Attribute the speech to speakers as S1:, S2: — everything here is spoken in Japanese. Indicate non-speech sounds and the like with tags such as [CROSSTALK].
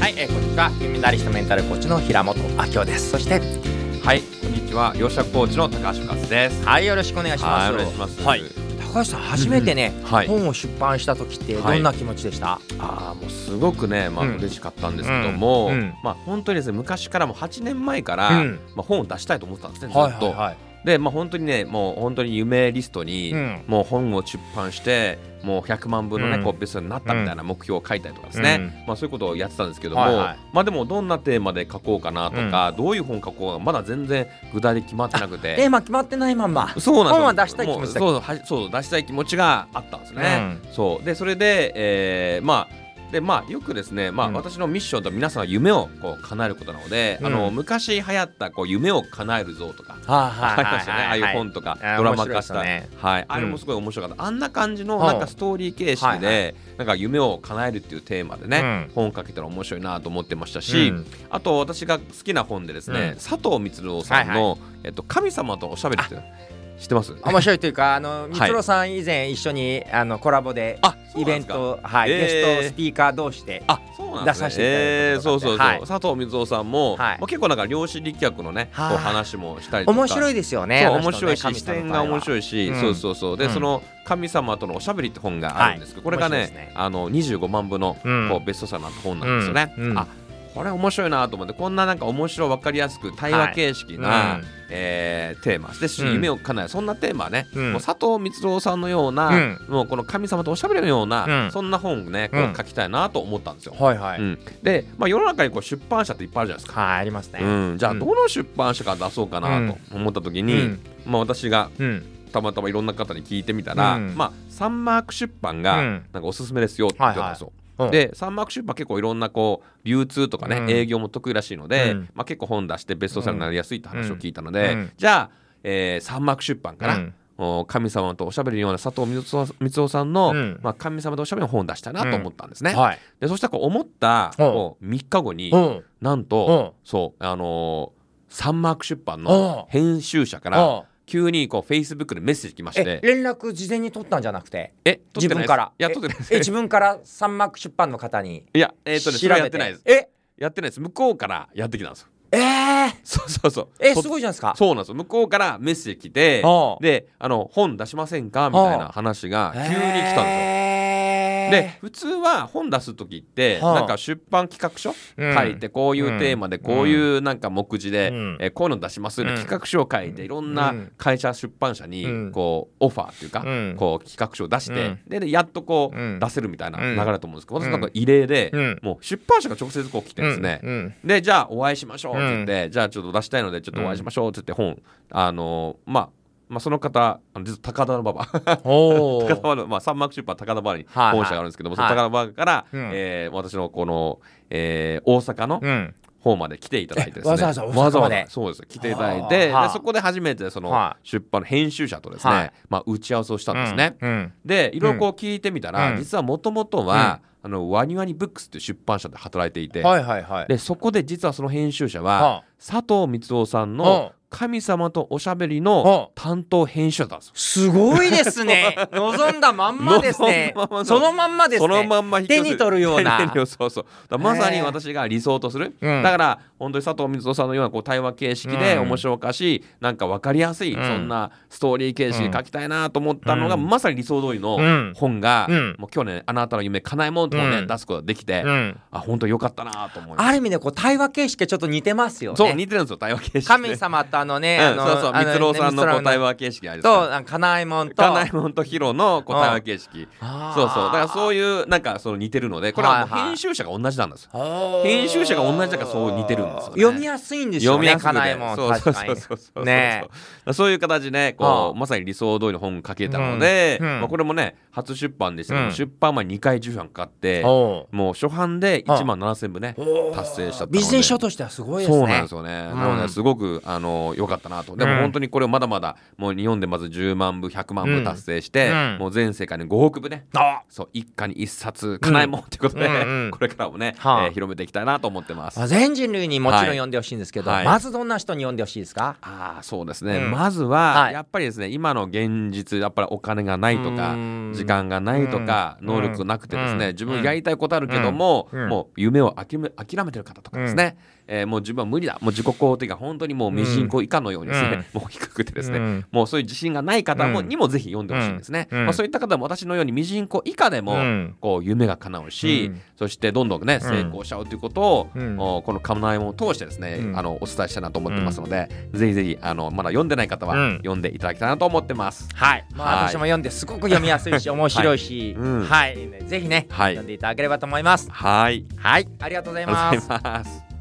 S1: はい、えー、こんにちは。ヒューミナリストメンタルコーチの平本明夫です。そして、
S2: はい、こんにちは、養殖コーチの高橋勝です。
S1: はい、よろしくお願いします。
S2: お願いします。
S1: はい。高橋さん、初めてね、
S2: はい
S1: 本を出版した時って、ど
S2: はい
S1: んな気持ちでした。
S2: ああ、もうすごくね、まあ、
S1: うん
S2: 嬉しかったんですけども、
S1: うんうん
S2: まあ、本当にですね、昔からもう8年前から、
S1: うん
S2: まあ、本を出したいと思ってたんですね、ずっと。
S1: はい、はい、はい。
S2: で、まあ、本当にね、もう本当に夢リストに、
S1: うん
S2: もう本を出版して、もう100万部のね、
S1: うん
S2: コピー数になったみたいな目標を書いたりとかですね、まあ、そういうことをやってたんですけども、
S1: はいはい
S2: まあ、でもどんなテーマで書こうかなとか、どういう本書こうかまだ全然具体で決まってな
S1: [LAUGHS]
S2: くて。
S1: テーマ決まってないまんま。
S2: そうなんですよ
S1: 本は出したい気持ちだけ
S2: もうそうはそう出したい気持ちがあったんですね、そうでそれで、えーまあでまあ、よくですね、まあ
S1: うん
S2: 私のミッションと皆さんの夢をこう叶えることなので、
S1: うん
S2: あの昔流行ったこう夢を叶えるぞとか、
S1: は
S2: ありましたねああいう本とか
S1: あー
S2: ドラマ化した
S1: 面白いです
S2: はい、あれ
S1: うん
S2: もすごい面白かった、あんな感じの
S1: うん
S2: なんかストーリー形式で、なんか夢を叶えるっていうテーマでね、
S1: うん
S2: 本書けたら面白いなと思ってましたし、
S1: うん
S2: あと私が好きな本でですね、
S1: うん
S2: 佐藤光郎さんの、えっと「神様とおしゃべり」っていうの知ってます
S1: 面白いというか、あの、
S2: い
S1: みつろさん以前一緒に、あの、コラボで
S2: あ、
S1: イベント、はい、
S2: えー
S1: ゲストスピーカー同士で。
S2: あそうなんですね
S1: 出させていただい
S2: え
S1: た
S2: ー
S1: ことがあ
S2: そう
S1: って
S2: そうそう、
S1: はい
S2: 佐藤水夫さんも、
S1: はい
S2: まあ、結構なんか量子力学のね、
S1: はい
S2: こう話もしたりとか
S1: 面白いですよね。
S2: そう
S1: あの人ね
S2: 面白いし、
S1: 神
S2: 視
S1: 様の
S2: 点
S1: 場合
S2: が
S1: は
S2: 面白いし、
S1: うん
S2: そうそうそうで、
S1: うん
S2: その「神様とのおしゃべり」って本があるんですけど、これが
S1: 面
S2: ね
S1: 白いですね
S2: あの25万部の、
S1: うん
S2: こうベストセラーになった本なんですよね、
S1: うんうん
S2: あこれ面白いなと思ってこんななんか面白い分かりやすく対話形式な、
S1: はいうん
S2: えーテーマですし、
S1: うん
S2: 夢を叶えるそんなテーマはね、
S1: うん
S2: もう佐藤光郎さんのような、
S1: うん
S2: もうこの神様とおしゃべりのような、
S1: うん
S2: そんな本をねこ
S1: うん
S2: う書きたいなと思ったんですよ。
S1: はいはい。
S2: うんで、まあ、世の中にこう出版社っていっぱいあるじゃないですか。
S1: はい、ありますね。
S2: うん、じゃ
S1: う
S2: あ
S1: ん
S2: どの出版社から出そうかなと思った時に、
S1: うん
S2: まあ、私が
S1: うん。
S2: たまたまいろんな方に聞いてみたら、
S1: うん
S2: まあ、サンマーク出版が
S1: う
S2: なん
S1: ん
S2: かおすすめですよって言ったんですよ。
S1: うん
S2: でサンマーク出版結構いろんなこう流通とかね、
S1: うん
S2: 営業も得意らしいので、
S1: うん
S2: まあ、結構本出してベストセラーになりやすいって話を聞いたので、
S1: うんうん
S2: じゃあ、えー、サンマーク出版から、
S1: うん
S2: お神様とおしゃべりのような佐藤光雄さんの、
S1: うん
S2: まあ、神様とおしゃべりの本を出したいなと思ったんですね。
S1: はい。
S2: でそしたらこう思った
S1: うん
S2: こう3日後に、
S1: うん。
S2: なんと、そうあのーサンマーク出版の
S1: うん
S2: 編集者か
S1: う
S2: ら
S1: ん
S2: 急にこう Facebook でメッセージ来まし
S1: え
S2: て
S1: 連絡事前に取ったんじゃなくて
S2: え撮っ
S1: 自
S2: てないです
S1: 分から
S2: いや取ってないで
S1: え
S2: す
S1: え自分からサンマーク出版の方に
S2: [LAUGHS] いや
S1: 調
S2: え
S1: べ
S2: っ
S1: て
S2: とねそれはやってないです
S1: え
S2: やってないです向こうからやってきたんですよ
S1: えー、
S2: そうそうそう
S1: え
S2: と
S1: すごいじゃないですか
S2: そうなんですよ向こうからメッセージ来て
S1: うん
S2: であの本出しませんかみたいな話が急に来たんですよ
S1: えー
S2: で普通は本出す時って
S1: はあ
S2: なんか出版企画書
S1: うん
S2: 書いてこういうテーマで
S1: うん
S2: こういうなんか目次で
S1: うん
S2: えーこういうの出しますよ
S1: う
S2: ね
S1: ん
S2: 企画書を書いていろん
S1: う
S2: なん会社出版社
S1: うん
S2: にこうオファーっていうか
S1: うん
S2: こう企画書を出し
S1: う
S2: て
S1: ん
S2: ででやっとこ
S1: うん
S2: う出せるみたいな
S1: うん
S2: 流れだと思うんですけ
S1: う
S2: ど
S1: ん
S2: 私なんか異例で
S1: うん
S2: もう出版社が直接こう来てですね
S1: うん
S2: [LAUGHS]
S1: うん
S2: でじゃあお会いしましょうって言って、じゃあちょっと出したいのでちょっとお会いしましょうって言って本、あのーまあまあ、その方あの実は高田馬場
S1: お
S2: 高田
S1: ー
S2: 馬場、まあ、三幕出版高田馬場に
S1: はいはい
S2: 本社があるんですけども、
S1: はい
S2: その高田馬場から、
S1: うん
S2: えー私のこの、えー大阪の
S1: うん
S2: 方まで来ていただいてで
S1: え
S2: すね
S1: わざわざ大阪まで
S2: わざわざそうです来ていただいてで
S1: はあ
S2: そこで初めてその
S1: は
S2: 出版の編集者とですね、
S1: はい
S2: まあ、打ち合わせをしたんですね。
S1: うん
S2: でいろいろこう聞いてみたら、
S1: うん
S2: 実はもともとは、あのワニワニブックスっていう出版社で働いていて、
S1: はいはいはい
S2: でそこで実はその編集者は、
S1: はあ
S2: 佐藤光雄さん
S1: は
S2: の「神様とおしゃべり」
S1: は
S2: の担当編集者だったんですよ。
S1: すごいです
S2: [LAUGHS]
S1: ね望んだまんまですね
S2: 望んだまんまの
S1: そのまんまですね
S2: そのまんま引き寄せ
S1: 手に取るような
S2: [LAUGHS] 手に取るそうそうだからまさに私が理想とする、
S1: うん
S2: だから本当に佐藤光雄さんのようなこう対話形式で
S1: うん
S2: 面白おかしい、なんか分かりやすい、
S1: うん
S2: そんなストーリー形式書きたいなと思ったのが、
S1: うん
S2: まさに理想通り
S1: うん
S2: の本が、
S1: うん
S2: もう去年あなたの夢叶えもんともね、
S1: うん
S2: 出すことができて、
S1: うん
S2: あ本当よかったなと思いま
S1: ある意味ねこう対話形式がちょっと似てますよね
S2: そう似てるんですよ対話形式、ね、
S1: 神様とあのね、あ
S2: うん、
S1: の
S2: そうそう
S1: あ
S2: 光郎さんのこう対話形式あるじゃないですか
S1: と、かなえもんと。
S2: カナイモンとヒロのこう
S1: うん
S2: 対話形式
S1: あー
S2: そうそうだからそういうなんかその似てるのでこれはもう
S1: はいはい
S2: 編集者が同じなんですよ
S1: あー
S2: 編集者が同じだからそう似てるんですよね
S1: 読みやすいんですよ
S2: 読み
S1: ね、
S2: やすく
S1: か
S2: て
S1: なえもん。
S2: そうそう
S1: 確か
S2: そうそうそう
S1: に。ね
S2: そうそういう形でこ
S1: う
S2: うんまさに理想通りの本を書けたので、
S1: うんうん
S2: まあ、これもね初出版でしたけど、
S1: うん
S2: 出版前2回重版かかって
S1: え。おう
S2: もう初版で1万7000部ね
S1: おう
S2: 達成しちゃったので
S1: ビジネス書としてはすごいですね。
S2: そうなんですよね、
S1: うん
S2: なのですごくあのの良かったなとでも本当にこれをまだまだもう日本でまず10万部100万
S1: う
S2: 部
S1: ん
S2: 達成して、
S1: うん
S2: もう全世界に5億部ね
S1: あ
S2: そう一家に一冊叶えもんということで、
S1: うんうん
S2: これからもね、
S1: はあ
S2: えー広めていきたいなと思ってます。
S1: まあ全人類にもちろん読んでほしいんですけど、
S2: はい
S1: まずどんな人に読んでほしいですか、
S2: ああそうですね、
S1: うん
S2: まずは、
S1: はい
S2: やっぱりですね今の現実やっぱりお金がないとか
S1: うーん
S2: 時間がないとか
S1: うん
S2: 能力なくてですね、
S1: うん
S2: 自分やりたいことあるけども、
S1: うん
S2: もう夢を諦め諦めてる方とかですね、えーもう自分は無理だもう自己肯定が本当にもうミシンコ以下のようにですね、もう低くてですね、
S1: うん
S2: もうそういう自信がない方も、
S1: うん
S2: にもぜひ読んでほしいんですね、
S1: うん
S2: まあ、そういった方も私のようにミシンコ以下でも、
S1: うん
S2: こう夢が叶うし、
S1: うん
S2: そしてどんどんね成功しちゃうということを、
S1: うん
S2: おこの「かなえもん」を通してですね、
S1: うん
S2: あのお伝えしたいなと思ってますので、ぜひぜひあのまだ読んでない方は、
S1: うん
S2: 読んでいただきたいなと思ってます。
S1: はい、まあ、
S2: はい
S1: 私も読んですごく読みやすいし面白いし、
S2: はいうん
S1: はいぜひね、
S2: はい
S1: 読んでいただければと思います。
S2: はい
S1: はい、ありがとうござい
S2: あ
S1: ま
S2: り
S1: す
S2: がとうございます